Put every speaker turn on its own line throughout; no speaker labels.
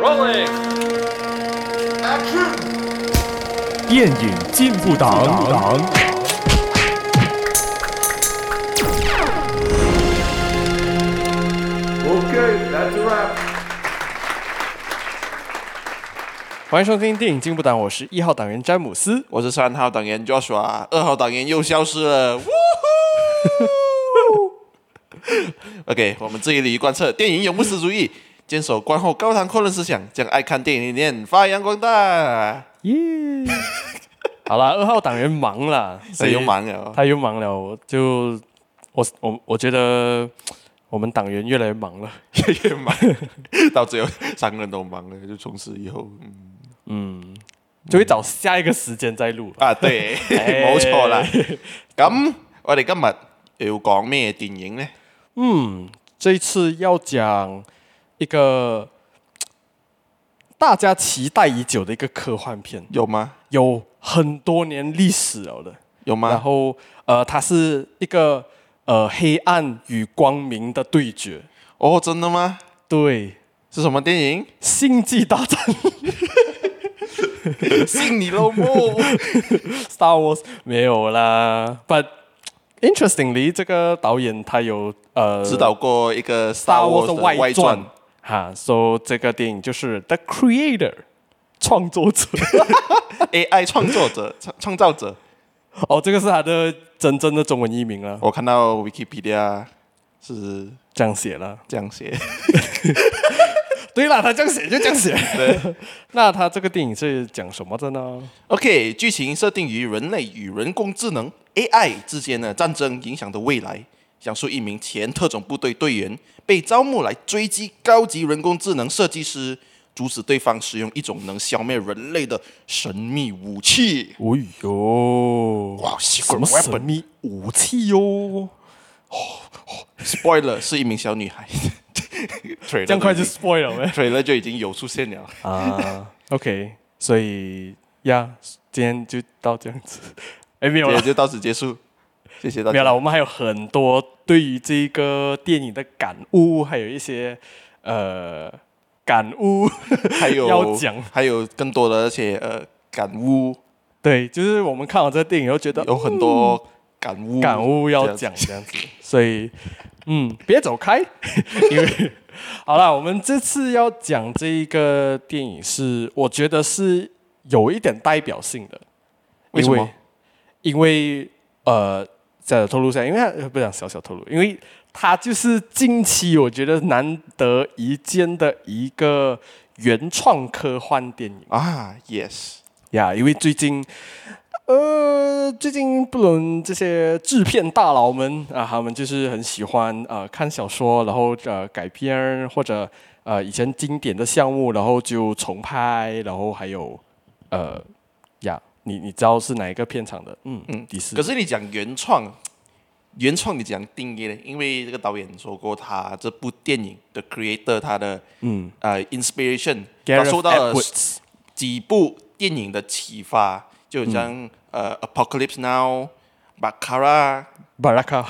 Rolling.
电影进步党。
Okay, that's a wrap.
欢迎收听电影进步党，我是一号党员詹姆斯。
我是三号党员 Joshua，二号党员又消 失了。呜呼 OK，我们致力于贯彻电影永不死主义，坚守观后高谈阔论思想，将爱看电影理念发扬光大。
耶、好啦，二号党员忙啦，
谁又
所以
忙了 哦？
他又忙了，我就我我我觉得我们党员越来越忙了。
越越忙， 到最后三个人都忙了，就从此以后，嗯
嗯，就会找下一个时间再录。
啊，对，
哎
冇錯啦。咁我哋今日要講咩電影呢？
嗯，这一次要讲一个大家期待已久的一个科幻片，
有嗎？
有很多年历史了的。
有
然
嗎？
后呃，它是一个呃黑暗与光明的对决。
哦，真的嗎？
对，《
是什麼電 影？
星际大战 》
信你老母！
（Star Wars） 没有啦，but interestingly，这个导演他有呃
指导过一个《
《Star
Star
Wars
Wars》》
的
的
外
外传
传，哈，所、以这个电影就是《The Creator》创作者。
AI 创作者、 创创造者。
哦，这个是他的真正的中文译名了，
我看到 Wikipedia 是
这样写了。
这样写，
对啦，他这样写就这样写。
对。
那他这个电影是讲什么的呢？
OK，剧情设定于人类与人工智能 AI 之间的战争影响的未来，讲述一名前特种部队队员被招募来追击高级人工智能设计师，阻止对方使用一种能消灭人类的神秘武器。
哦哟，
哇，
什么神秘武器哟、
哎？Spoiler 是一名小女孩， 这
这样快就 spoil 了 呗。
t r 就已经有出现了。
啊，OK，所以呀，今天就到这样子。 哎， 没有
也
了，
就到此结束，谢谢大
没有
家。
了。我们还有很多对于这个电影的感悟，还有一些呃感悟。
还有
要讲
还有更多的那些呃感悟，
对，就是我们看完这个电影，后觉得
有很多感悟，
嗯感悟要
这
讲
样子
这样子，所以嗯，别走开， 因为好了，我们这次要讲这一个电影是，我觉得是有一点代表性的，
为
因
什
为
么？
因为呃，小小透露一下，因为它呃不讲小小透露，因为它就是近期我觉得难得一见的一个原创科幻电影。
啊，yes，
呀因为最近，呃，最近不伦这些制片大佬们啊，他们就是很喜欢呃看小说，然后呃改编儿或者呃以前经典的项目，然后就重拍，然后还有呃呀你你知道是哪一个片场的？嗯嗯，迪士
可
尼。
是你讲原创，原创你讲定义呢？因为这个导演说过，他这部电影的 creator 他的
嗯
呃 inspiration，他
Gareth
受到了
Edwards
几部电影的启发，就像、
嗯
呃 Apocalypse Now、Baccara、
Baraka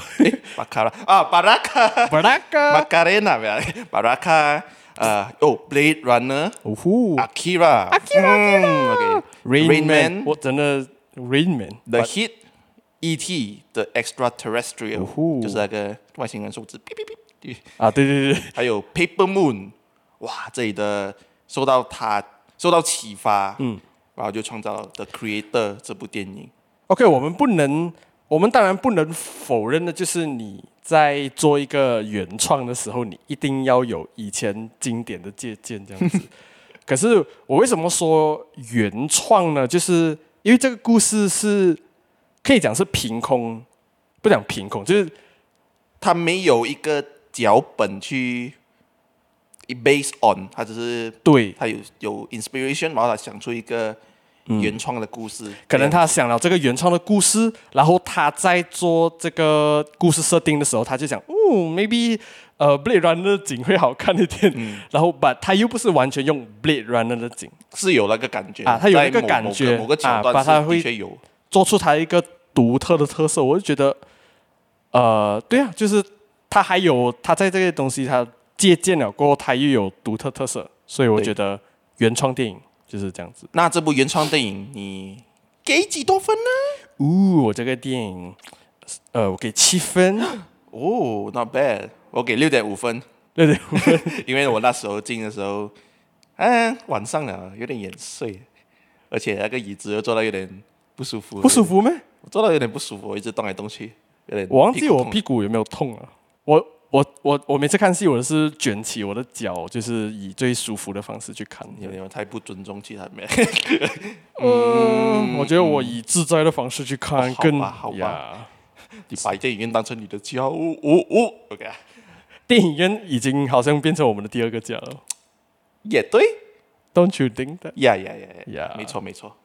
Baccara 啊 Baraka。
Baraka，
Macarena 呗，Baraka，呃，哦，Blade 嗯 Runner，Akira，
哦呼
Akira，OK，
，Rain
Rain
Man，
Man
我真的 Rain Man，
The Hit，E.T. The Extraterrestrial，
呼
就是那个外星人手指，哔哔哔，
啊对对对对，
还有 Paper Moon，哇，这里的受到他受到启发，嗯，然后就创造了 The Creator 这部电影，
OK，我们不能，我们当然不能否认的，就是你在做一个原创的时候，你一定要有以前经典的借鉴这样子。可是我为什么说原创呢？就是因为这个故事是可以讲是凭空，不讲凭空，就是
他没有一个脚本去 based on，他只是
对，
他有有 inspiration，然后他想出一个原创的故事。
嗯可能他想了这个原创的故事，然后他在做这个故事设定的时候，他就想，哦，maybe 呃，Blade Runner 的景会好看一点。
嗯
然后，but 他又不是完全用 Blade Runner 的景，
是有那个感觉
啊他有那个
在某
感觉
某个某个
啊
桥段
把
是
他
的
会
确有。
做出他一个独特的特色，我就觉得，呃，对啊，就是他还有他在这个东西他借鉴了过后，他又有独特特色，所以我
对
觉得原创电影就是这样子。
那这部原创电影你给几多分呢？
呜、哦我这个电影，呃，我给七 分，
哦、n o t bad，我给六点五分，
对对，我
因为我那时候进的时候，嗯、晚上了，有点眼睡，而且那个椅子又坐到有点不舒服，
不舒服咩？
我坐到有点不舒服，我一直动来动去，有点
我忘记我
屁
屁股有没有痛了。我我我我每次看戏，我都是卷起我的脚，就是以最舒服的方式去看。
股痛，你们太不尊重其他人。
嗯我觉得我以自在的方式去看
嗯哦，好
更
吧好吧
呀
你把电影院当成你的家，哦哦哦，OK，啊
电影院已经好像变成我们的第二个家了。
也对，
Don't you think that？
呀呀呀呀，
Yeah
没错没错，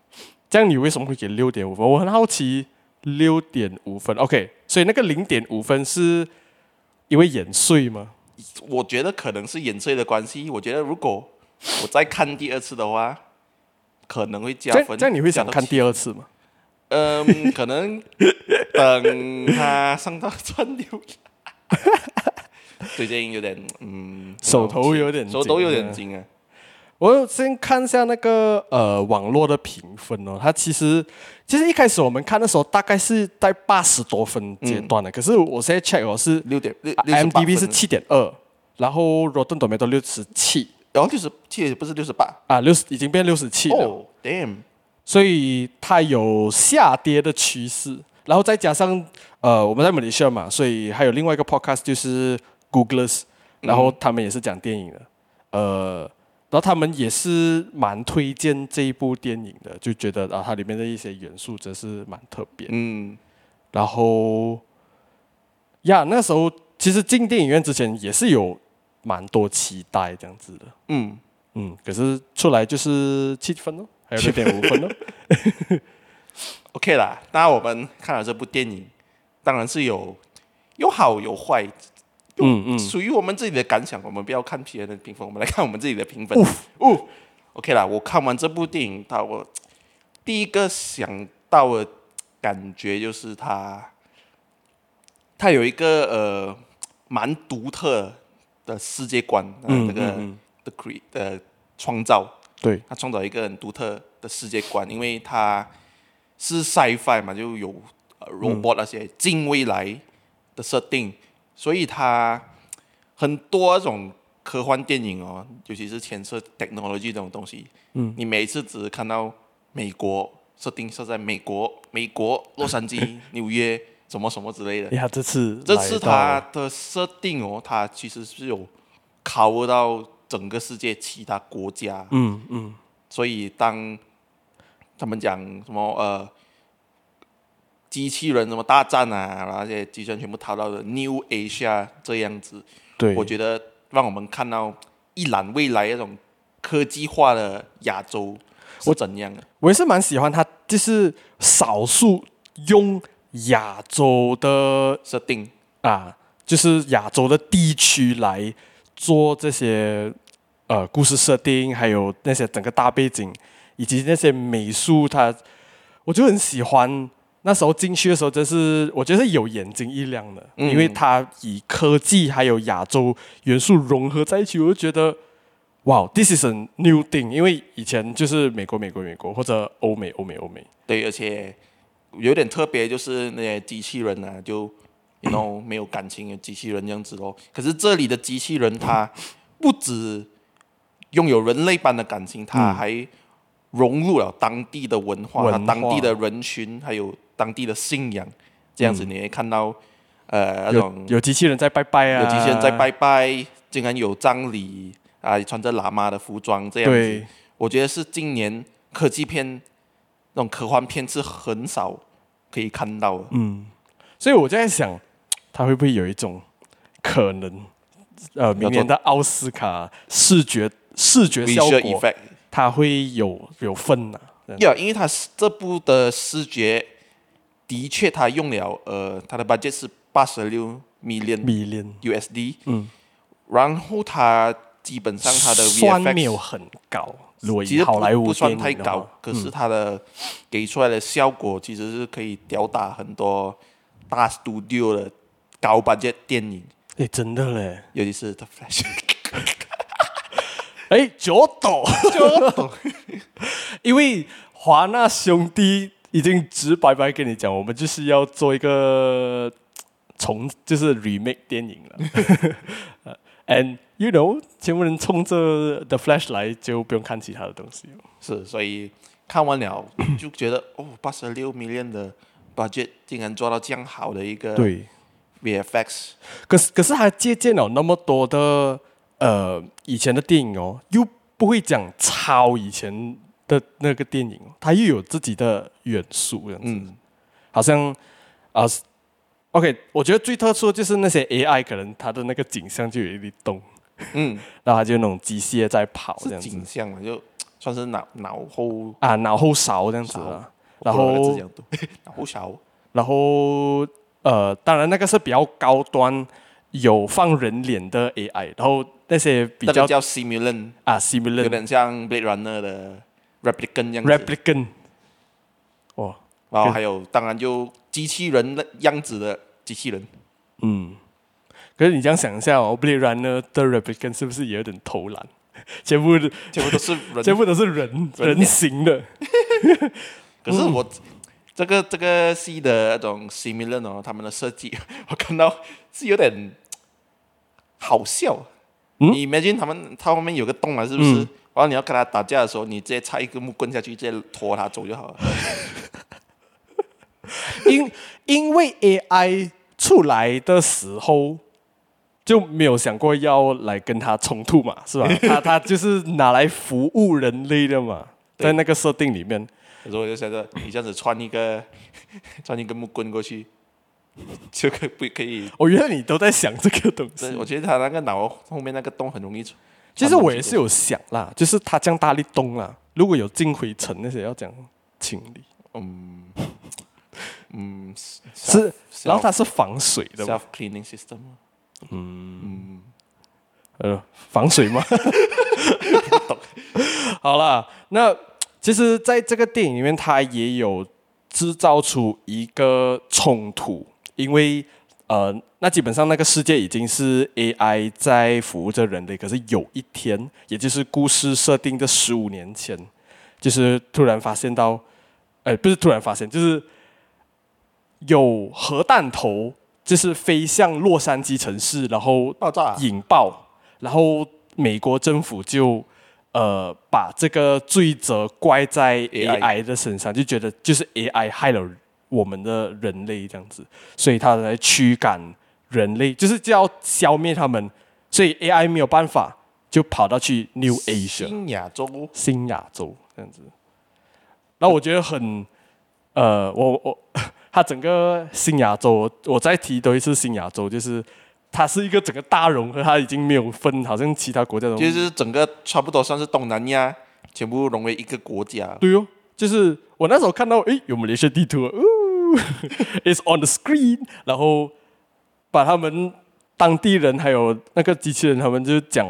这样你为什么会给六点五分？我很好奇，六点五分，OK，所以那个零点五分是因为眼睡吗？
我觉得可能是眼睡的关系，我觉得如果我再看第二次的话，可能会加
这样
分。
这样你会想
加到
看
七
第二次吗？
嗯，可能等他上到川流。 最近有点，嗯，
手头有点
手头有
紧
点
啊
紧啊。
我先看一下那个呃网络的评分哦，它其实其实一开始我们看的时候大概是在八十多分阶段
嗯
的，可是我现在 check 哦是
六点六六十八
MDB
分啊
是
了，
七点二，然后 Rotten Tomato 六十七
然哦后六十七不是六十八。
啊六十已经变六十七了，
哦，damn，
所以它有下跌的趋势，然后再加上呃我们在马来西亚嘛，所以还有另外一个 podcast 就是 Googlers，然
嗯
后他们也是讲电影的，呃，然后他们也是蛮推荐这一部电影的，就觉得啊它里面的一些元素真是蛮特别的。
嗯，
然后呀那时候其实进电影院之前也是有蛮多期待这样子的，
嗯，
嗯，可是出来就是七分哦，还有六点五分哦。
OK 啦，那我们看了这部电影，当然是有有好有坏，
嗯嗯，
属于我们自己的感想。我们不要看别人的评分，我们来看我们自己的评分。哦，OK 啦，我看完这部电影，它我第一个想到的感觉就是它，它有一个呃蛮独特的世界观，呃、
嗯
那个
嗯
的 cre 的创造。
对，
他创造一个很独特的世界观，因为他是 sci-fi 嘛，就有呃 robot 那些近未来的设定，所以他很多种科幻电影哦，尤其是牵涉 technology 这种东西，嗯，你每一次只看到美国设定设在美国，美国洛杉矶、纽约什么什么之类的，
哎呀，这次
这
来
次
到
它的设定哦，它其实是有 cover 到整个世界其他国家，
嗯嗯
所以当他们讲什么呃机器人什么大战啊，然后这些机器人全部逃到了 New Asia 这样子，
对，
我觉得让我们看到一览未来那种科技化的亚洲是怎样的。
我也是蛮喜欢他，就是少数用亚洲的
设定
啊，就是亚洲的地区来做这些呃故事设定，还有那些整个大背景，以及那些美术，它我就很喜欢。那时候进去的时候，真是我觉得是有眼睛一亮的，
嗯
因为它以科技还有亚洲元素融合在一起，我就觉得。哇、t h i s is a new thing！因为以前就是美国、美国、美国或者欧美、欧美、欧美，
对，而且有点特别，就是那些机器人啊，就 you know 没有感情的机器人这样子咯。可是这里的机器人，它不止拥有人类般的感情，它还融入了当地的文化、
嗯文化
它当地的人群，还有当地的信仰。这样子你会看到，呃，那
嗯有
种
有机器人在拜拜啊，
有机器人在拜拜，竟然有葬礼啊，穿着喇嘛的服装这样子
对。
我觉得是今年科技片那种科幻片是很少可以看到的。
嗯所以我就在想，他会不会有一种可能，呃，明年的奥斯卡视觉视觉效
Visual
果，
effect，
他会有有份呐、这样
要因为它是这部的视觉的确它用了呃，它的 budget 是八十六 million
迷恋
USD，嗯，然后它基本上它的
酸
VFX
没有很高，如果
其
以
实不
好莱坞
不算
电
太
影啊的
高
话，
可是它的给出来的效果其实是可以吊打很多大 studio 的高 budget 电影，
哎，真的嘞，
尤其是 The Flash。
哎，九斗，九斗， 因为华纳兄弟已经直白白跟你讲，我们就是要做一个重，就是 remake 电影了。 呃 And you know，全部人冲着 The Flash 来，就不用看其他的东西了。
是，所以看完 了就觉得哦，八十六 million 的 budget 竟然做到这样好的一个 VFX，
可是可是他借鉴了那么多的呃以前的电影哦，又不会讲抄以前的那个电影哦，他又有自己的元素这样子，
嗯
好像啊、是 OK，我觉得最特殊的就是那些 AI 可能它的那个景象就有一点动，
嗯，
然后它就那种机械在跑哦这
是
样子
景象嘛，就算是脑脑后，
啊，脑后勺这样子
勺
啊，然后
这样读， 脑后勺，
然后呃，当然那个是比较高端，有放人脸的 AI，然后那些比
那
较
个叫 simulant，
啊
有
similar
点像 Blade Runner 的 replicant 样子
replicant。哦，
然后还有当然就机器人那样子的机器人，
可是你这样想一下哦，Blade Runner 的 replicant 是不是也有点偷懒？ 全部
全部都是人
全部都是人人形的，
可是我、这个这个戏的那种 similar 哦，他们的设计， 我看到是有点好笑。你 imagine 他们他们有个洞啊，是不是？然后你要跟他打架的时候，你直接插一根木棍下去，直接拖他走就好了。
因因为 AI 出来的时候就没有想过要来跟它冲突嘛，是 吧？它它就是拿来服务人类的嘛，在那个设定里面，
可是我就想着，你这样子穿一个 穿一根木棍过去，就可不可以？
我、哦原来你都在想这个东西
这。我觉得他那个脑后面那个洞很容易穿。
其实我也
穿东西
是有想啦，就是它这样大力动啦，如果有进回程那些要讲清理。
嗯
是，
self-
然后它是防水的嘛，
self cleaning system 啊
呃，防水吗？ 好啦，那其实在这个电影里面，它也有制造出一个冲突，因为呃，那基本上那个世界已经是 AI 在服务着人类，可是有一天，也就是故事设定的十五年前，就是突然发现到，呃，不是突然发现，就是有核弹头就是飞向洛杉矶城市，然后
爆炸啊
引爆，然后美国政府就呃把这个罪责怪在
AI
AI 的身上，就觉得就是 AI 害了我们的人类这样子，所以他来驱赶人类，就是要消灭他们，所以 AI 没有办法，就跑到去 New Asia
新亚洲
新亚洲这样子。然后我觉得很，呃，我我 它整个新亚洲，我我再提多一次新亚洲，就是它是一个整个大融合，它已经没有分，好像其他国家都
就是整个差不多算是东南亚全部融为一个国家。
对哦，就是我那时候看到，诶，有马来西亚地图啊， 哦，It's on the screen，然后把他们当地人还有那个机器人，他们就讲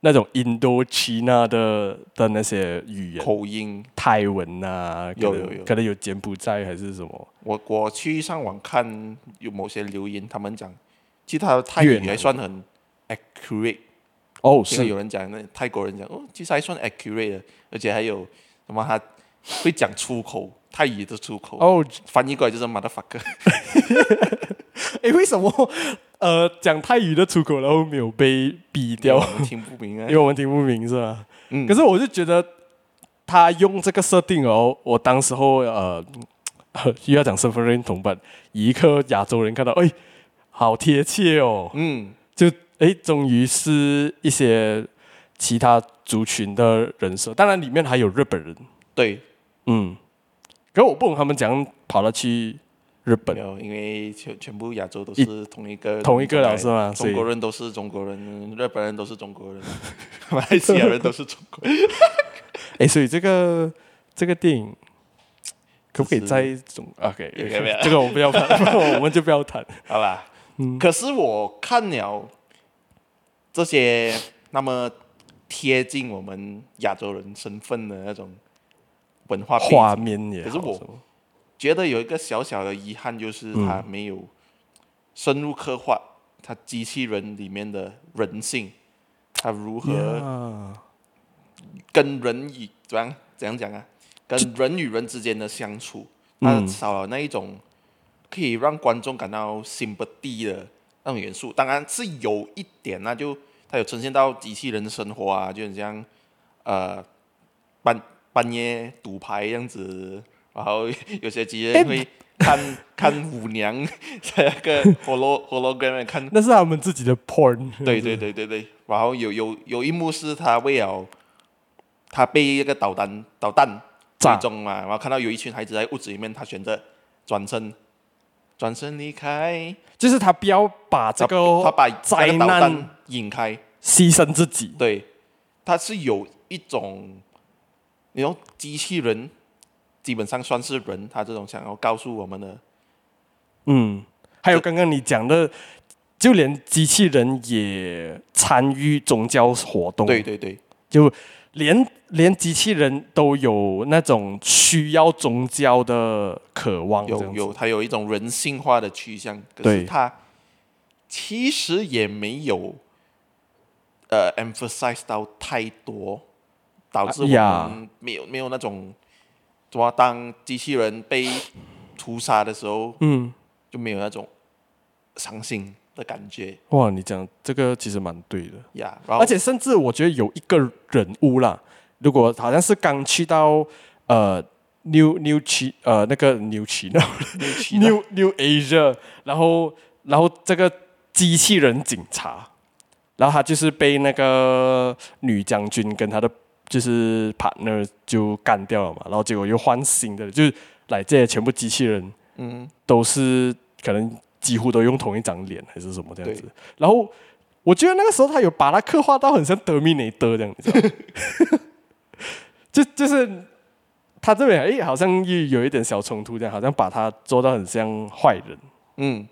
那种印度、奇纳的的那些语言，
口音，
泰文啊，可
有
能
有有
可能有柬埔寨还是什么
我我去上网看有某些留言，他们讲，其实他的泰语
越南
还算很 accurate，
哦，
因为有人讲那泰国人讲哦，其实还算 accurate 的，而且还有什么他会讲出口泰语的出口，
哦，
翻译过来就 是 motherfucker，
诶，为什么呃讲泰语的出口然后没有被逼掉？
我们听不明
因为
啊。
我们听不明是吧？
嗯
可是我就觉得他用这个设定哦，我当时候呃又要讲身份认同吧，以一个亚洲人看到，哎，好贴切哦，
嗯，
就哎，终于是一些其他族群的人设，当然里面还有日本人，
对，
嗯，可我不懂他们怎样跑到去日本
没，有，因为全全部亚洲都是同一个
同一个了
人
是吗啊所以
中国人都是中国人，日本人都是中 国人，马来西亚人都是中国人。
哎，所以这个这个电影可不可以
是
在中？OK，
应该没有
这个我们不要 谈，我们就不要谈。
好吧。
嗯
可是我看了这些那么贴近我们亚洲人身份的那种文化背景
画面也好
可是我
什么
觉得有一个小小的遗憾，就是他没有深入刻画他机器人里面的人性，他如何
啊，
跟人与怎样怎样讲啊，跟人与人之间的相处，它少了那一种可以让观众感到 sympathy 的那种元素。当然是有一点那、就它有呈现到机器人的生活啊，就很像呃半半夜赌牌这样子，然后有些机器人会看看舞娘 在那个 holo hologram 看
那是他们自己的 porn。
对对对对对，然后有有有一幕是他为了他被那个导弹导弹追
炸
踪嘛，然后看到有一群孩子在屋子里面，他选择转身转身离开，
就是他不要把这
他
个
他把
灾
那个导
难
弹引开，
牺牲自己，
对，他是有一种，你用机器人基本上算是人，他这种想要告诉我们的，
嗯，还有刚刚你讲的，就连机器人也参与宗教活动，
对，对对
就连连机器人都有那种需要宗教的渴望，这
有
样子
有，它有一种人性化的趋向，可
对
是它其实也没有呃 emphasize 到太多，导致我
啊呀
们没有、没有那种，怎么当机器人被屠杀的时候，
嗯，
就没有那种伤心的感觉
哇，你讲这个其实蛮对的，
呀。然后
而且甚至我觉得有一个人物啦，如果好像是刚去到呃 New New 奇呃那个 New 奇那 New New Asia，然后然后这个机器人警察，然后他就是被那个女将军跟他的就是 partner 就干掉了嘛，然后结果又换新的，就是来这些全部机器人，嗯，都是可能几乎都用同一张脸还是什么这样子
对，
然后。我觉得那个时候他有把它刻画到很像德米内德这样，你知道吗？ 就就是他这边哎，好像又有一点小冲突，这样好像把他做到很像坏人。
嗯，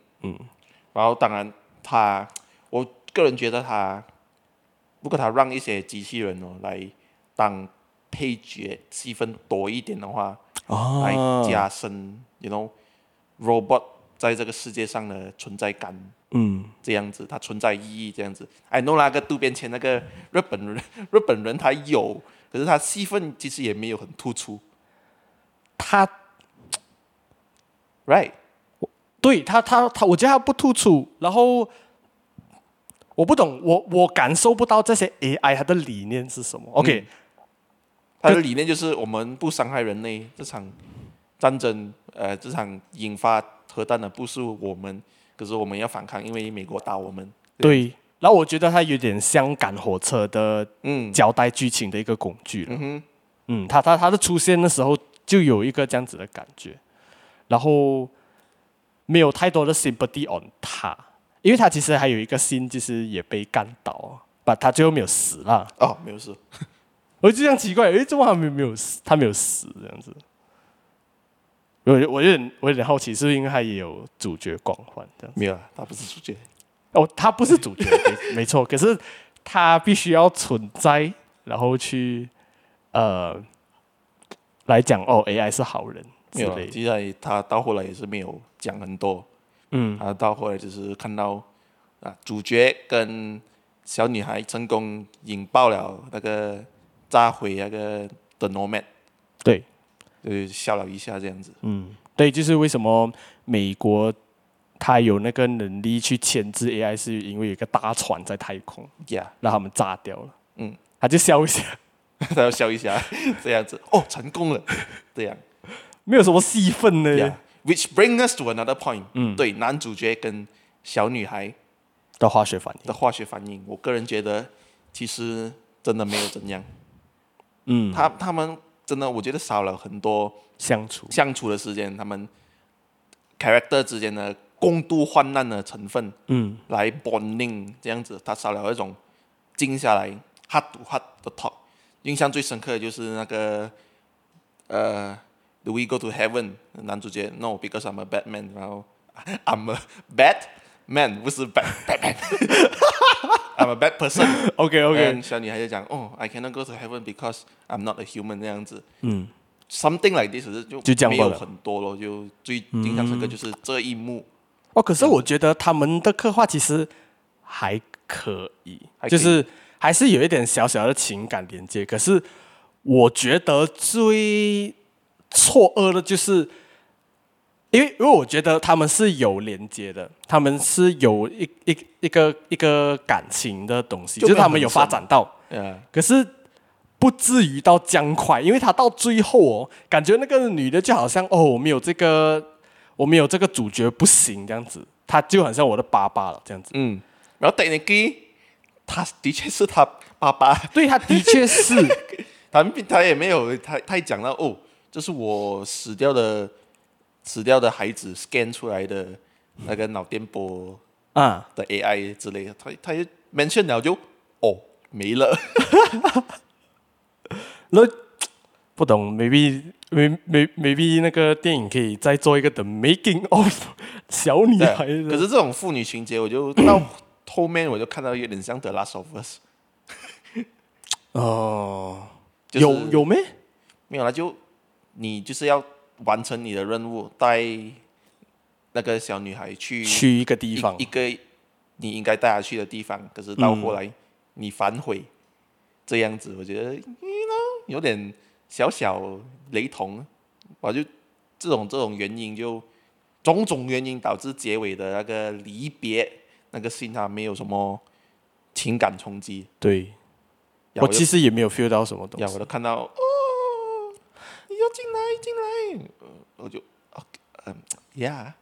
然后当然他，我个人觉得他，如果他让一些机器人哦来当配角，戏份多一点的话，
哦
来加深，you know，robot 在这个世界上的存在感，
嗯，
这样子，它存在意义这样子。哎，弄那个渡边谦那个日本人，日本人他有，可是他戏份其实也没有很突出
他
，right？
对他他他，我觉得他不突出，然后我不懂，我我感受不到这些 AI 它的理念是什么。OK，、
嗯他的理念就是我们不伤害人类。这场战争，呃，这场引发核弹的不是我们，可是我们要反抗，因为美国打我们。
对。然后我觉得它有点像赶火车的
嗯，
交代剧情的一个工具了。
嗯哼，
嗯，他他他的出现的时候就有一个这样子的感觉，然后没有太多的 sympathy on 他，因为他其实还有一个心，就是也被干倒，把他最后没有死啦。
哦，没有事。
我就这样奇怪，诶，怎么他没有没有死？他没有死这样子。我我有点我有点好奇，是不是因为他也有主角光环这样子？
没有啊，他不是主角。
哦，他不是主角，没没错，可是他必须要存在，然后去呃来讲哦，AI 是好人之
没有啊
类，的。
其实他到后来也是没有讲很多。
嗯，
他到后来只是看到啊，主角跟小女孩成功引爆了那个炸毁那个的 nomad，
对，
就笑了一下这样子。
嗯，对，就是为什么美国他有那个能力去牵制 AI，是因为有一个大船在太空，
Yeah。
让他们炸掉了。
嗯，
他就笑一下，
他要笑一下， 这样子哦，成功了，这样
没有什么戏份呢。
，Yeah。Which bring us to another point，嗯，对，男主角跟小女孩
的化学反应，
的化学反应，我个人觉得其实真的没有怎样，
嗯，
他他们真的我觉得少了很多
相处，
相处的时间，他们 character 之间的共度患难的成分
嗯，
来 bonding 这样子，他少了一种静下来 heart to heart 的 talk。印象最深刻的就是那个呃，Do we go to heaven？男主角 No because I'm a bad man，然后 I'm a bad man 不是 bad bad man。I'm a bad person。
OK OK，
And 小女孩就讲，哦、i cannot go to heaven because I'm not a human 这样子。嗯，something like this 只是就
就这样
没
罢
有
了
很多咯，就最印象深刻就是这一幕。
哦，可是我觉得他们的刻画其实还可以，
还可以
就是还是有一点小小的情感连接。可是我觉得最错愕的就是，因为因为我觉得他们是有连接的，他们是有一一一个一个感情的东西，
就
就
没有
是他们有
很深
发展到。
呃，
可是不至于到僵快，因为他到最后哦，感觉那个女的就好像哦，我没有这个，我没有这个主角不行这样子，她就很像我的爸爸了这样子。
嗯，然后 technically，他的确是他爸爸，
对，他的确 是
他他也没有太太讲到哦，这是我死掉的死掉的孩子 scan 出来的那个脑电波
啊，
的 AI 之类的，他他也 mention 了就哦没 了，
那不懂，maybe may- may- maybe 那个电影可以再做一个 The Making of 小女
对啊，
孩
可
的。
是这种父女情节，我就到后面我就看到有点像 The Last of Us，
哦，
就是
有有没？
没有啦，就你就是要完成你的任务，带那个小女孩去
去一个地
一
方
一个你应该带她去的地方，可是到后来你反悔，这样子我觉得 you know，有点小小雷同，我就这种这种原因就种种原因导致结尾的那个离别那个信它没有什么情感冲击。
对，
呀
我
就
其实也没有 feel 到什么东
呀，
西
我。都看到哦，你要进来进来，呃我就 OK，嗯，Yeah，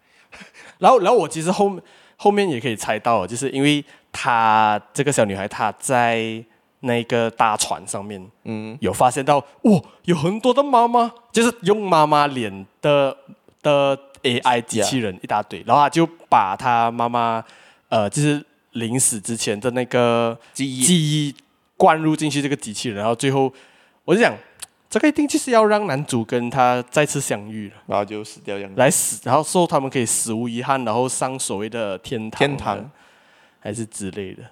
然后，然后我其实后面后面也可以猜到，就是因为她这个小女孩她在那个大船上面，嗯，有发现到哇，有很多的妈妈，就是用妈妈脸的的 AI 机器人一大堆，然后她就把她妈妈呃，就是临死之前的那个
记忆
记忆灌入进去这个机器人，然后最后我就想，这个一定就是要让男主跟她再次相遇了。
然后就死掉这样子。
来死，然后说他们可以死无遗憾，然后上所谓的天堂、
天堂
还是之类的。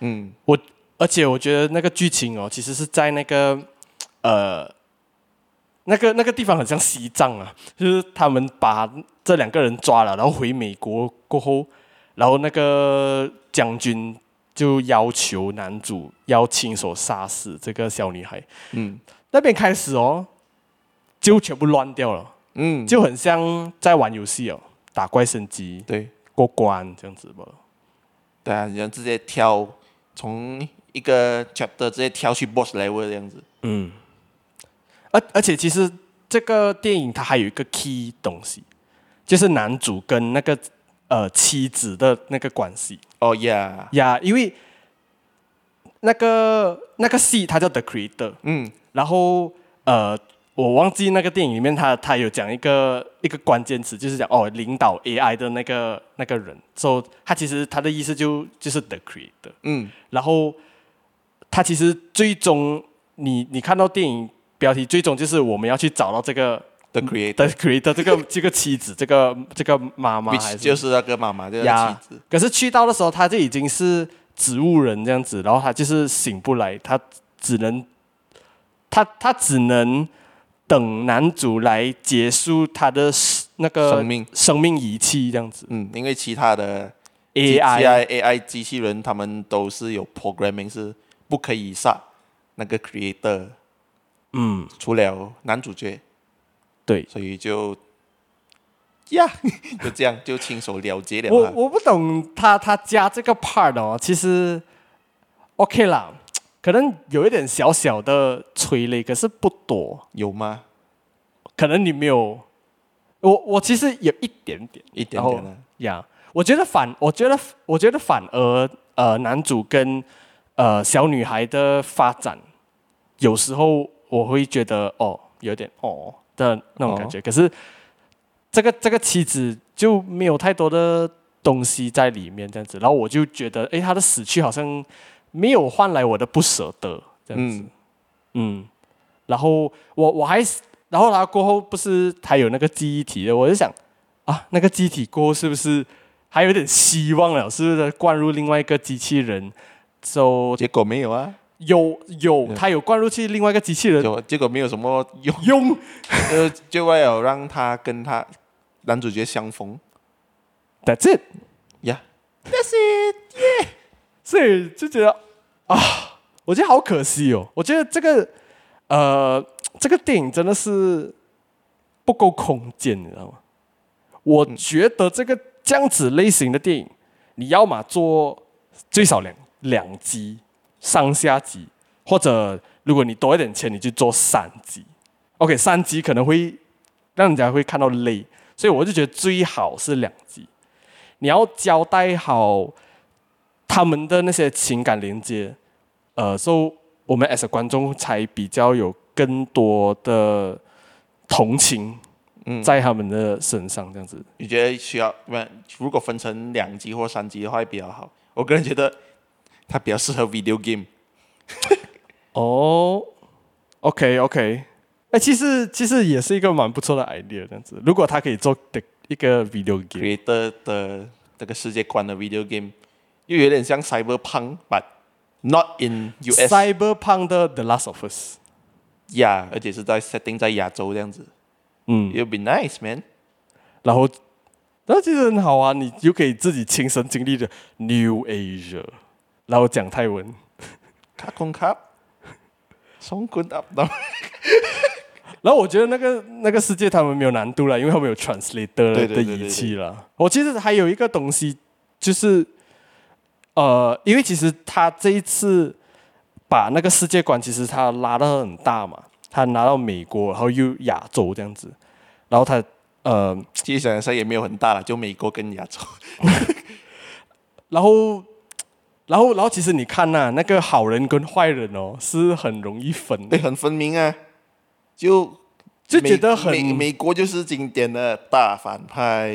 嗯，
我而且我觉得那个剧情哦，其实是在那个呃那个那个地方很像西藏啊，就是他们把这两个人抓了，然后回美国过后，然后那个将军就要求男主要亲手杀死这个小女孩。
嗯
那边开始哦，就全部乱掉了。
嗯，
就很像在玩游戏哦，打怪升级、
对
过关这样子吧。
对啊，你要直接挑从一个 chapter 直接挑去 boss level 这样子。
嗯，而而且其实这个电影它还有一个 key 东西，就是男主跟那个呃妻子的那个关系
哦、Yeah，
呀因为那个那个戏它叫 The Creator，
嗯
然后呃，我忘记那个电影里面他他有讲一个一个关键词，就是讲哦，领导 AI 的那个那个人，so, 他其实他的意思就就是 the creator，
嗯
然后他其实最终你你看到电影标题，最终就是我们要去找到这个
，The Creator，
the creator 这个这个妻子，这个这个妈妈
which
还
就是是那个妈妈，就是
呀
妻子。
可是去到的时候，他就已经是植物人这样子，然后他就是醒不来，他只能，他他只能等男主来结束他的 s- 那个
生命
生命仪器这样子
嗯，因为其他的 G-
AI
AI AI 机器人，他们都是有 programming 是不可以杀那个 creator，
嗯
除了男主角，
对。
所以就呀 就这样就亲手了结了
我
他。
我不懂他他加这个 part 哦，其实 OK 啦，可能有一点小小的催泪，可是不多，
有吗？
可能你没有，我我其实有一点点。
一点
然后
点啊。
呀我觉得反，我觉得，我觉得反而呃，男主跟呃小女孩的发展，有时候我会觉得哦，有点哦的那种感觉。可是这个这个妻子就没有太多的东西在里面，这样子，然后我就觉得，诶，她的死去好像没有换来我的不舍得，这样子，
嗯
嗯然后我我还是，然后他过后不是还有那个记忆体的，我就想啊，那个记忆体过后是不是还有点希望了？是不是灌入另外一个机器人？就、
结果没有啊，
有有，他有灌入去另外一个机器人
就结果没有什么用，
用
就就为了让他跟他男主角相逢
，That's it。
呀。
所以就觉得啊，我觉得好可惜哦。我觉得这个呃，这个电影真的是不够空间，你知道吗？我觉得这个这样子类型的电影，你要么做最少两两集上下集，或者如果你多一点钱，你就做三集。OK，三集可能会让人家会看到累，所以我就觉得最好是两集。你要交代好他们的那些情感连接，呃，所、so, 以我们 as a 观众才比较有更多的同情
嗯
在他们的身上，这样子。
你觉得需要不？如果分成两集或三集的话会比较好。我个人觉得它比较适合 video game。
哦、o k OK，哎、其实其实也是一个蛮不错的 idea，这样子。如果他可以做的一个 video game，
creator 的这个世界观的 video game，又有点像 cyberpunk，but not in US。
Cyberpunk 的 The Last of Us，
呀，而且是在 setting 在亚洲这样子。
嗯，
It'll be nice, man。
然后，然后其实很好啊，你就可以自己亲身经历的 New Asia，然后讲泰文。
卡空卡， 松滚 up
然后我觉得那个那个世界他们没有难度了，因为他们有 translator
对对
的
对对
仪器了。我其实还有一个东西就是，呃，因为其实他这一次把那个世界观其实他拉得很大嘛，他拿到美国，然后又亚洲这样子，然后他呃，
其实想想也没有很大了，就美国跟亚 洲。
然后。然后，然后，其实你看呐、那个好人跟坏人哦，是很容易分的
对，，很分明啊，就
就
美
觉得很
美美国就是经典的大反派，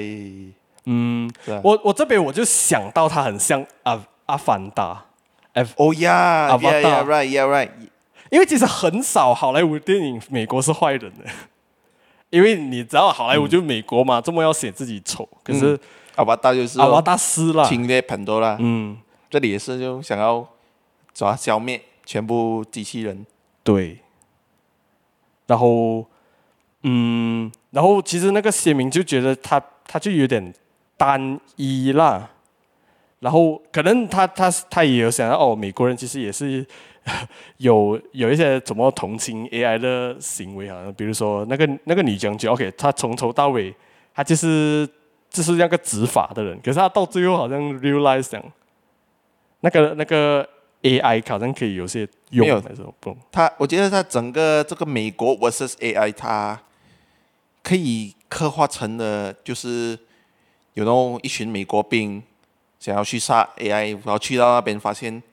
嗯
是啊，
我我这边我就想到他很像阿阿凡达，
哦呀
Avatar
，yeah yeah right yeah right，
因为其实很少好莱坞电影美国是坏人的， 因为你知道好莱坞就美国嘛，这么要写自己丑，可是
阿巴达就是
阿
哦
瓦达斯啦，
侵略潘多拉，
嗯，
这里也是就想要抓消灭全部机器人，
对，然后嗯，然后其实那个鲜明就觉得他他就有点单一啦。然后可能他他他也有想到哦，美国人其实也是 有有一些怎么同情 AI 的行为啊，比如说那个那个女将军，OK，她从头到尾她就是就是那个执法的人，可是她到最后好像 realize 讲那个那个 AI 好像可以有些用
没有
还是不懂，
他我觉得他整个这个美国 vs AI，他可以刻画成的，就是有那种一群美国兵想要去杀 AI，然后去到那边发现，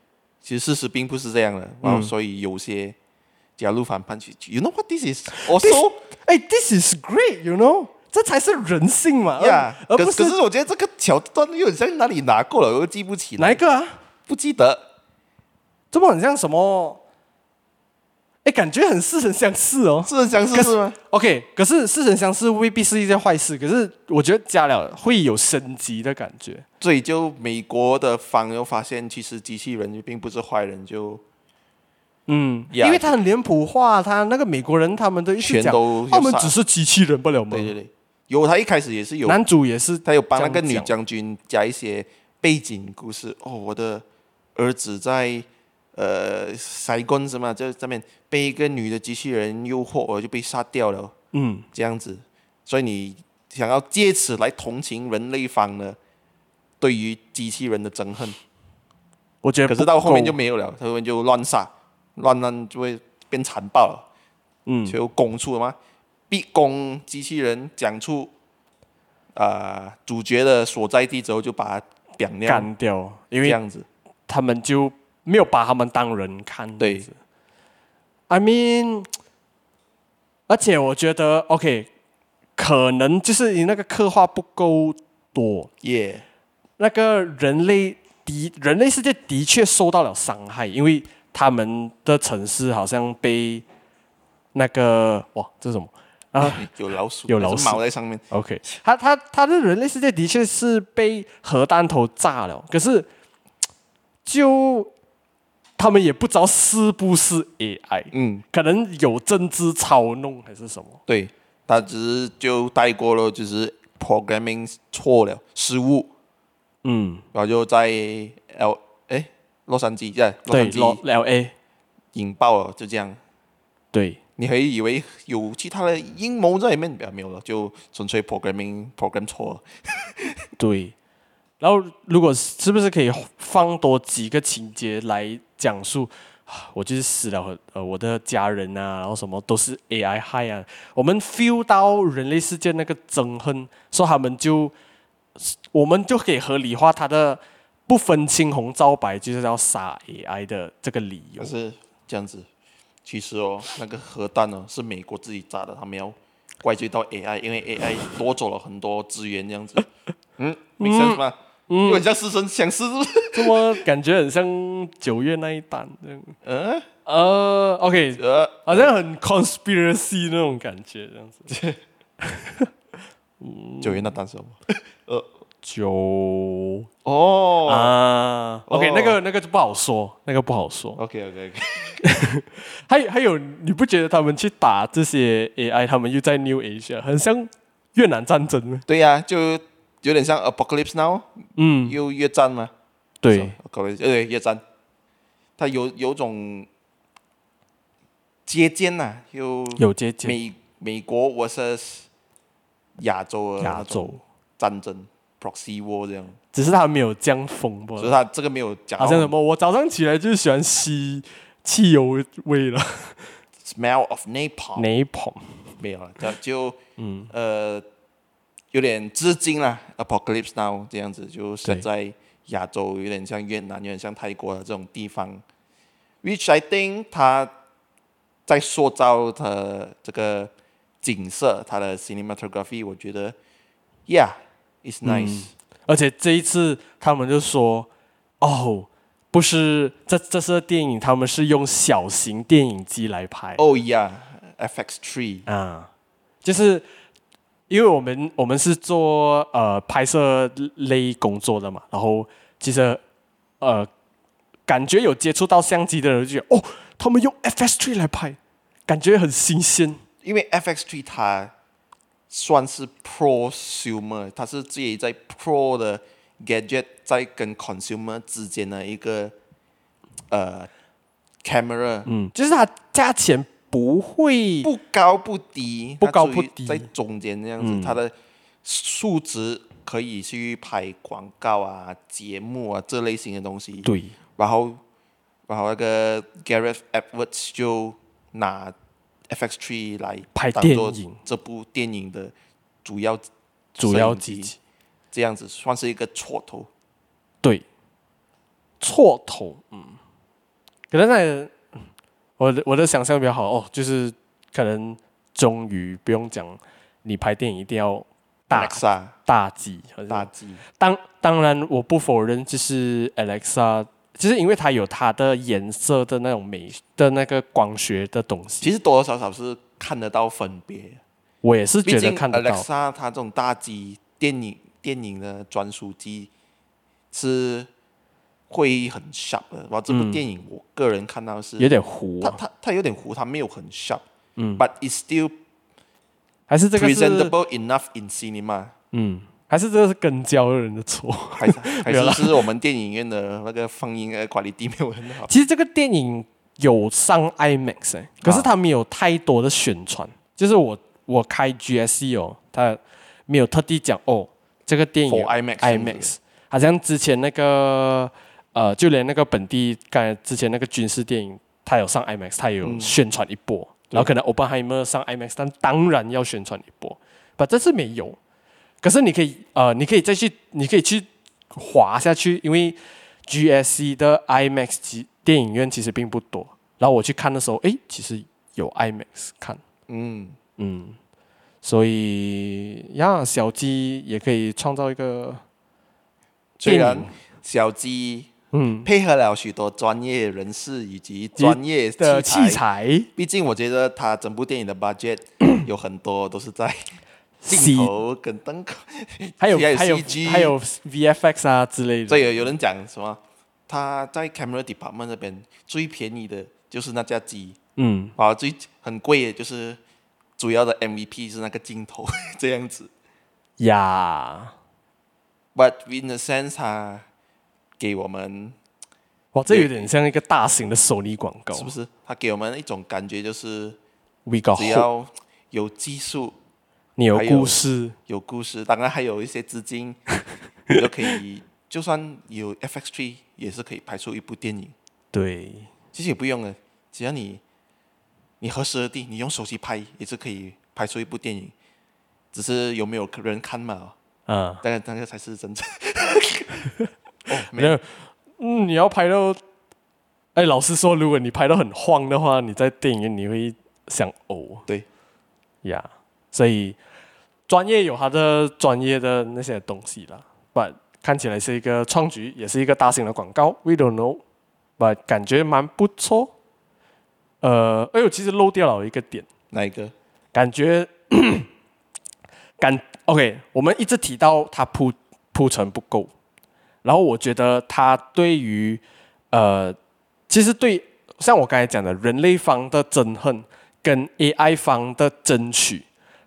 其实事实并不是这样
嗯
的，然后所以有些加入反叛去，you know what this is also
哎，this is great，you know，这才是人性嘛，而
yeah，
而
可
不
可是我觉得这个桥段又很像哪里拿过了，我又记不起
哪一
来，
个啊？
不记得，
这么很像什么？哎，感觉很似曾相识哦。
是很相似
可
是吗？
OK，可是似曾相识未必是一件坏事，可是我觉得加了会有升级的感觉。
所以就美国的方又发现，其实机器人并不是坏人，就
嗯
Yeah
因为他很脸谱化，他那个美国人他们都一直
全
讲，
都要
他们
杀
只是机器人不了吗
对？对对，有他一开始也是有，
男主也是，
他有帮那
这
个
样
女
讲
将军加一些背景故事。哦，我的儿子在呃塞贡什么，就这边被一个女的机器人诱惑，我就被杀掉了，
嗯，
这样子。所以你想要借此来同情人类方呢，对于机器人的憎恨，
我觉得
可是到后面就
不够
没有了，他后面就乱杀，乱乱就会变残暴了。
嗯，
就攻出了吗？逼攻机器人讲出，呃，主角的所在地之后，就把它表掉，
干掉，因
这
为
样子。
他们就没有把他们当人看。
对
这样子，I mean，而且我觉得 OK，可能就是你那个刻画不够多，
耶、
那个人类的人类世界的确受到了伤害，因为他们的城市好像被那个哇，这是什么啊
有老鼠，
有老
还是
鼠
猫在上面。
？OK，他他他的人类世界的确是被核弹头炸了，可是就他们也不知道是不是 AI，
嗯，
可能有政治操弄还是什么。
对，他只是就带过了，就是 programming 错了，失误，
嗯，
然后就在 L 哎洛杉矶在洛
对
杉矶
，L L A，
引爆了，就这样。
对，
你还以为有其他的阴谋在里面，没有没有了，就纯粹 programming program 错了。
对，然后如果是是不是可以放多几个情节来讲述？啊我就是死了，呃，我的家人啊，然后什么都是 AI 害啊。我们 feel 到人类世界那个憎恨，说他们就，我们就可以合理化他的不分青红皂白就是要杀 AI 的这个理由
可。是这样子，其实哦，那个核弹呢是美国自己炸的，他们要怪罪到 AI，因为 AI 夺走了很多资源，这样子。嗯，make sense 吗？嗯，有点像师生相似，是不是？
怎么感觉很像九月那一单这样？
嗯
呃，OK，
呃，
好像很 conspiracy 那种感觉，这样子。
九月那单是什么？
九
哦
啊，OK，
哦
那个那个就不好说，那个不好说。
，OK OK OK，
还有还有，你不觉得他们去打这些 AI，他们又在 New Asia，很像越南战争吗？
对呀，就有点像 Apocalypse Now，
嗯，
又越战嘛。
对，
搞了呃越战，它有有种接尖呐、有
有接近
美美国 vs 亚洲的
亚
那种
洲，
战争 proxy war 这样，
只是他没有这样风波
所，以它这个没有讲
好像什么，我早上起来就喜欢吸汽油味了
smell of napalm
，napalm，
没有了，它就嗯呃有点致敬啦 apocalypse now 这样子，就是
对
在亚洲有点像越南，有点像泰国的这种地方，which I think 它在塑造它这个景色，它的 cinematography，我觉得，yeah，it's nice，、
而且这一次他们就说，哦，不是这这是电影，他们是用小型电影机来拍。
oh yeah，FX Tree，
啊，就是因为我们我们是做呃拍摄类工作的嘛，然后其实呃感觉有接触到相机的人就觉得哦，他们用 FS Three 来拍，感觉很新鲜。
因为 FX Tree 它算是 prosumer，它是介于在 pro 的 gadget 在跟 consumer 之间的一个呃 camera，、
嗯，就是它价钱不会
不高不低，
不
它
高
处于
不低嗯
在中间这样子，它的数值可以去拍广告啊、节目啊这类型的东西。
对
然后，然后那个 Gareth Edwards 就拿 FX Tree 来
拍
当做
电影
这部电影的主要
主要
摄
机
影机这样子算是一个错头。
对错头，嗯，可能在嗯我的我的想象比较好哦，就是可能终于不用讲，你拍电影一定要大
Alexa
大忌，好像
大 G
当当然我不否认，就是 Alexa，就是因为它有它的颜色的那种美的那个光学的东西，
其实多多少少是看得到分别，
我也是
毕
觉
竟
得看得到。
Alexa 它这种大 G 电影电影的专属机是会很 sharp 的。然后这部电影我个人看到是
嗯有点糊、
它
啊，
它它有点糊，它没有很 sharp，嗯，but it's still
还是这个是
presentable enough in cinema，
嗯，还是这个是跟焦的人的错。
还是还
没有啦
是是我们电影院的那个放映的 quality 没有很好。
其实这个电影有上 IMAX，、欸、可是它没有太多的宣传。就是我我开 GSE 哦，它没有特地讲哦，这个电影
For IMAX 是不是
IMAX，好像之前那个呃，就连那个本地刚才之前那个军事电影，它有上 IMAX，它也有
嗯
宣传一波。然后可能 Oppenheimer 上 IMAX，但当然要宣传一波，但这次没有。可是你可以呃，你可以再去，你可以去滑下去，因为 GSC 的 IMAX 机电影院其实并不多。然后我去看的时候，诶，其实有 IMAX 看，
嗯，
嗯，所以呀，小鸡也可以创造一个
虽
电
然
影，
小鸡
嗯
配合了许多专业人士以及专业
的
器
器
材，
材
毕竟我觉得它整部电影 的 budget 有很多都是在
C
镜头跟灯口。
还有
还有
还有
CG
还有 VFX 啊之类
所
的，
以有有人讲什么，他在 camera department 那边最便宜的就是那架机，
嗯，
啊，最很贵的就是主要的 MVP 是那个镜头 这样子。
呀，
But in a sense，它给我们
哇，这有点像一个大型的索尼广告，
是不是？它给我们一种感觉就是，
？We got
只
hope，
要有技术、
你有
还有
故事，
有故事，当然还有一些资金， 你都可以。就算有 FX Tree，也是可以拍出一部电影。
对，
其实也不用了，只要你你何时何地，你用手机拍也是可以拍出一部电影，只是有没有人看嘛？
啊，
当然，那个才是真正。 哦，没
没有，嗯，你要拍到，哎，老实说，如果你拍到很晃的话，你在电影院你会想呕
对，
呀。所以专业有他的专业的那些东西啦，but 看起来是一个创举，也是一个大型的广告，we don't know，but 感觉蛮不错。呃，哎呦，其实漏掉了一个点。
哪一个？
感觉 感 OK，我们一直提到他铺铺陈不够，然后我觉得他对于呃，其实对像我刚才讲的人类方的憎恨跟 AI 方的争取，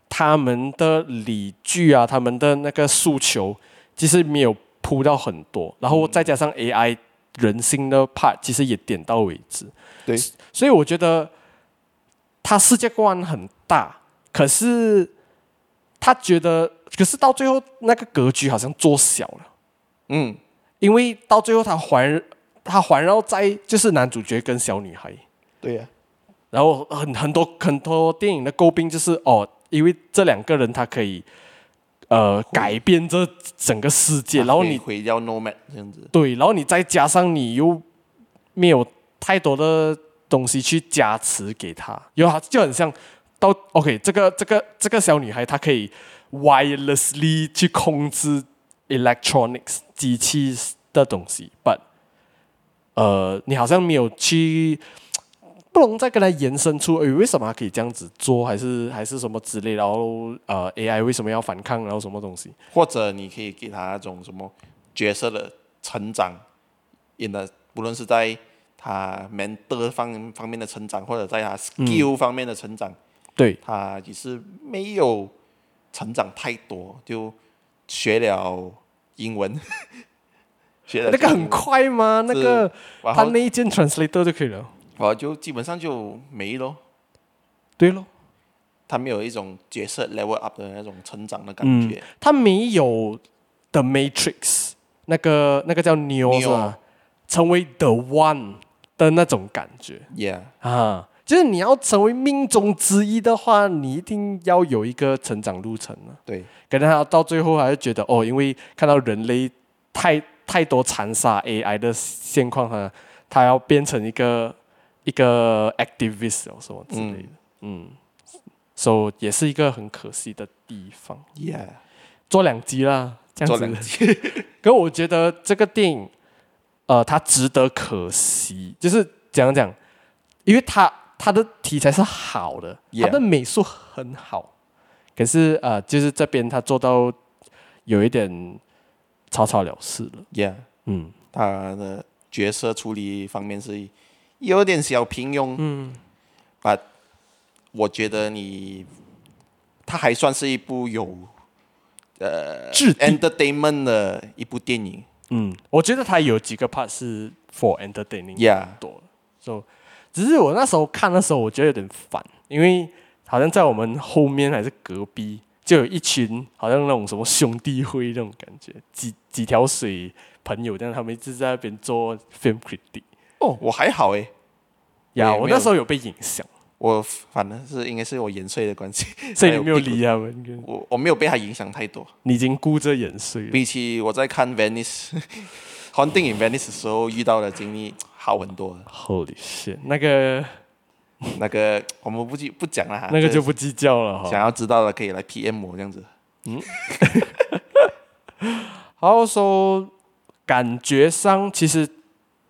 他们的理据啊，他们的那个诉求，其实没有铺到很多，然后再加上 AI 人性的 part，其实也点到为止。
对，
所以我觉得他世界观很大，可是他觉得，可是到最后那个格局好像做小了，
嗯，
因为到最后他环他环绕在就是男主角跟小女孩，
对啊呀、
然后很很多很多电影的诟病就是哦，因为这两个人他可以呃改变这整个世界，然后
会
你
回到 Nomad 这样子，
对，然后你再加上你又没有太多的东西去加持给她，因为她就很像到 OK 这个这个这个小女孩，她可以 wirelessly 去控制 electronics 机器的东西，but 呃，你好像没有去。不能再跟她延伸出，诶，为什么她可以这样子做，还是还是什么之类，然后呃，AI 为什么要反抗，然后什么东西？
或者你可以给他那种什么角色的成长，演的不论是在他 mental 方方面的成长，或者在他
嗯
skill 方面的成长，
对，
他也是没有成长太多，就学了英文， 学了
那个很
英文，
快吗？那个
然
他
后
那一键 translator 就可以了。
然后就基本上就没咯，
对咯，
他没有一种角色 level up 的那种成长的感
嗯
觉。，
他没有 The Matrix 那个那个叫 Neo
Neo
是吧？成为 The One 的那种感觉
Yeah，
啊，就是你要成为命中之一的话，你一定要有一个成长路程啊。
对，
可能他到最后还是觉得哦，因为看到人类太太多残杀 AI 的现况，他他要变成一个一个 activist 哦什么之类的，嗯，所、以也是一个很可惜的地方。
Yeah，
做两集啦，这样
做
子
两。集，
可我觉得这个电影，呃，它值得可惜，就是讲讲，因为它它的题材是好的
Yeah
它的美术很好，可是呃，就是这边它做到有一点草草了事了。
Yeah，
嗯，
他的角色处理方面是有点小平庸，嗯，但我觉得你他还算是一部有呃
质地
entertainment 的一部电影
嗯，我觉得它有几个 part 是 for entertaining
，Yeah，
多了，就、so, 只是我那时候看的时候，我觉得有点烦，因为好像在我们后面还是隔壁，就有一群好像那种什么兄弟会那种感觉，几几条水朋友，但他们一直在那边做 film critic。
哦，我还好诶，
呀、
我也没有
我那时候有被影响，
我反正是应该是我眼睡的关系，
所以你没有
还屁股
理他们，
我，我没有被他影响太多。
你已经顾着眼睡了。
比起我在看 Venice ，Hunting in Venice 的时候遇到的经历好很多了。
Holy shit，那个
那个我们不计不讲了哈，
那个
是
就不计较了哈。
想要知道的可以来 PM 我这样子。
好，说感觉上其实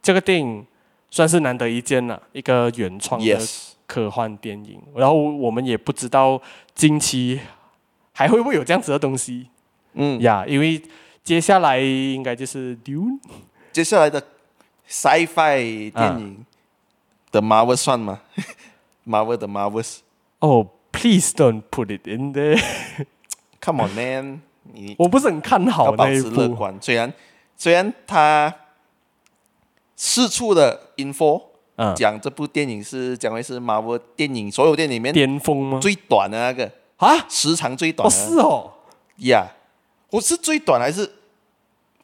这个电影算是难得一见了，一个原创的
Yes，
科幻电影。然后我们也不知道近期还会不会有这样子的东西
嗯，
呀因为接下来应该就是《Dune》
接下来的 Sci-Fi 电
嗯
影的 Marvel 算吗 ？Marvel 的 Marvels，Come
哦。Please don't put it in there 。
on man，你
我不是很看
要
好
保
那一
持乐
部。
观。虽然虽然它四处的 info，
嗯，
讲这部电影是讲为是 Marvel 电影所有电影里面
巅峰吗？
最短的那个，
啊，
时长最短
哦
的那个。
是哦，
呀我是最短还是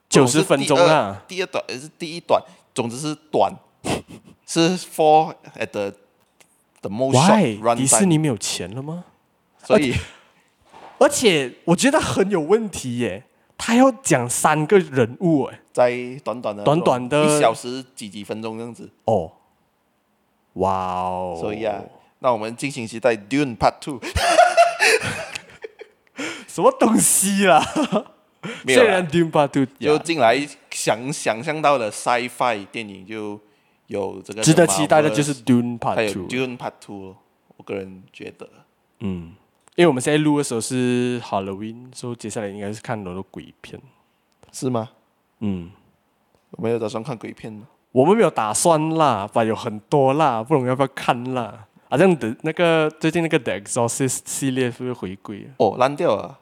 九十分钟啊，
第二短还是第一短，总之是短， 是 for at the the most
？Why？
short run
迪士
time，
尼没有钱了吗？
所以
而且我觉得很有问题耶，他要讲三个人物哎，
在短短的
短短的
一小时几几分钟这样子，
哦，哇哦，
所以啊，那我们敬请期待 Dune Part Two。
什么东西啦？
没有
虽
啦
然 Doom Part Two
就近来想想象到的 sci-fi 电影就有这个
值得
The
期待的
Marvels，
就是 Doom
还有
Part Two，
Dune Part Two，咯我个人觉得
嗯，因为我们现在录的时候是 Halloween，所以接下来应该是看很多鬼片。
是吗？
嗯，
我没有打算看鬼片吗？
我们没有打算啦，吧有很多啦，不懂要不要看啦？好像的那个最近那个 The Exorcist 系列是不是回归了？
哦，烂掉了，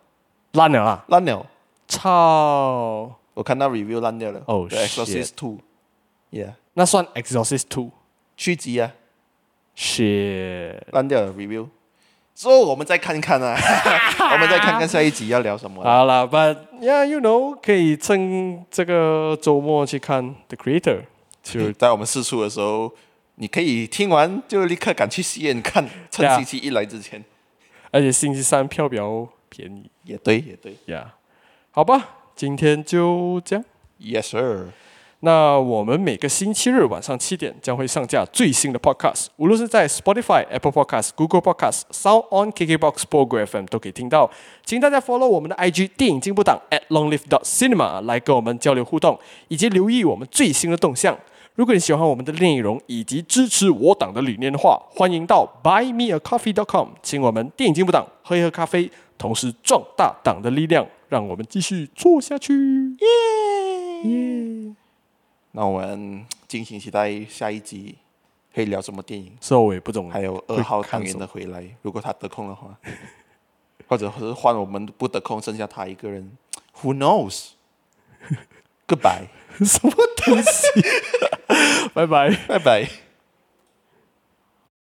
烂了啊！
烂了。
操，
我看到 review 烂掉了。
Oh,
The Exorcist Two，Yeah，
那算 Exorcist Two
续集啊，
shit。
烂掉了 review。之后我们再看看啊， 我们再看看下一集要聊什么啊。
好啦 b u t yeah you know 可以趁这个周末去看 The Creator，就
就嗯在我们试出的时候，你可以听完就立刻赶去戏院看，趁
Yeah
星期一来之前。
而且星期三票比较便宜
也对，也对。
呀。Yeah 好吧，今天就这样。
Yes sir。
那我们每个星期日晚上七点将会上架最新的 podcast，无论是在 Spotify、Apple Podcast、Google Podcast、Sound On、KKBox、Pogo FM 都可以听到。请大家 follow 我们的 IG 电影进步党 at longlive dot cinema 来跟我们交流互动，以及留意我们最新的动向。如果你喜欢我们的内容以及支持我党的理念的话，欢迎到 buymeacoffee.com，请我们电影进步党喝一喝咖啡，同时壮大党的力量，让我们继续做下去。耶耶！
那我们嗯敬请期待下一集可以聊什么电影，
所以我也不懂。
还有
嗯会
二号
看
汤圆
什
的回来，如果他得空的话， 或者是换我们不得空，剩下他一个人，Who knows？Goodbye，
什么东西，拜拜。
拜拜。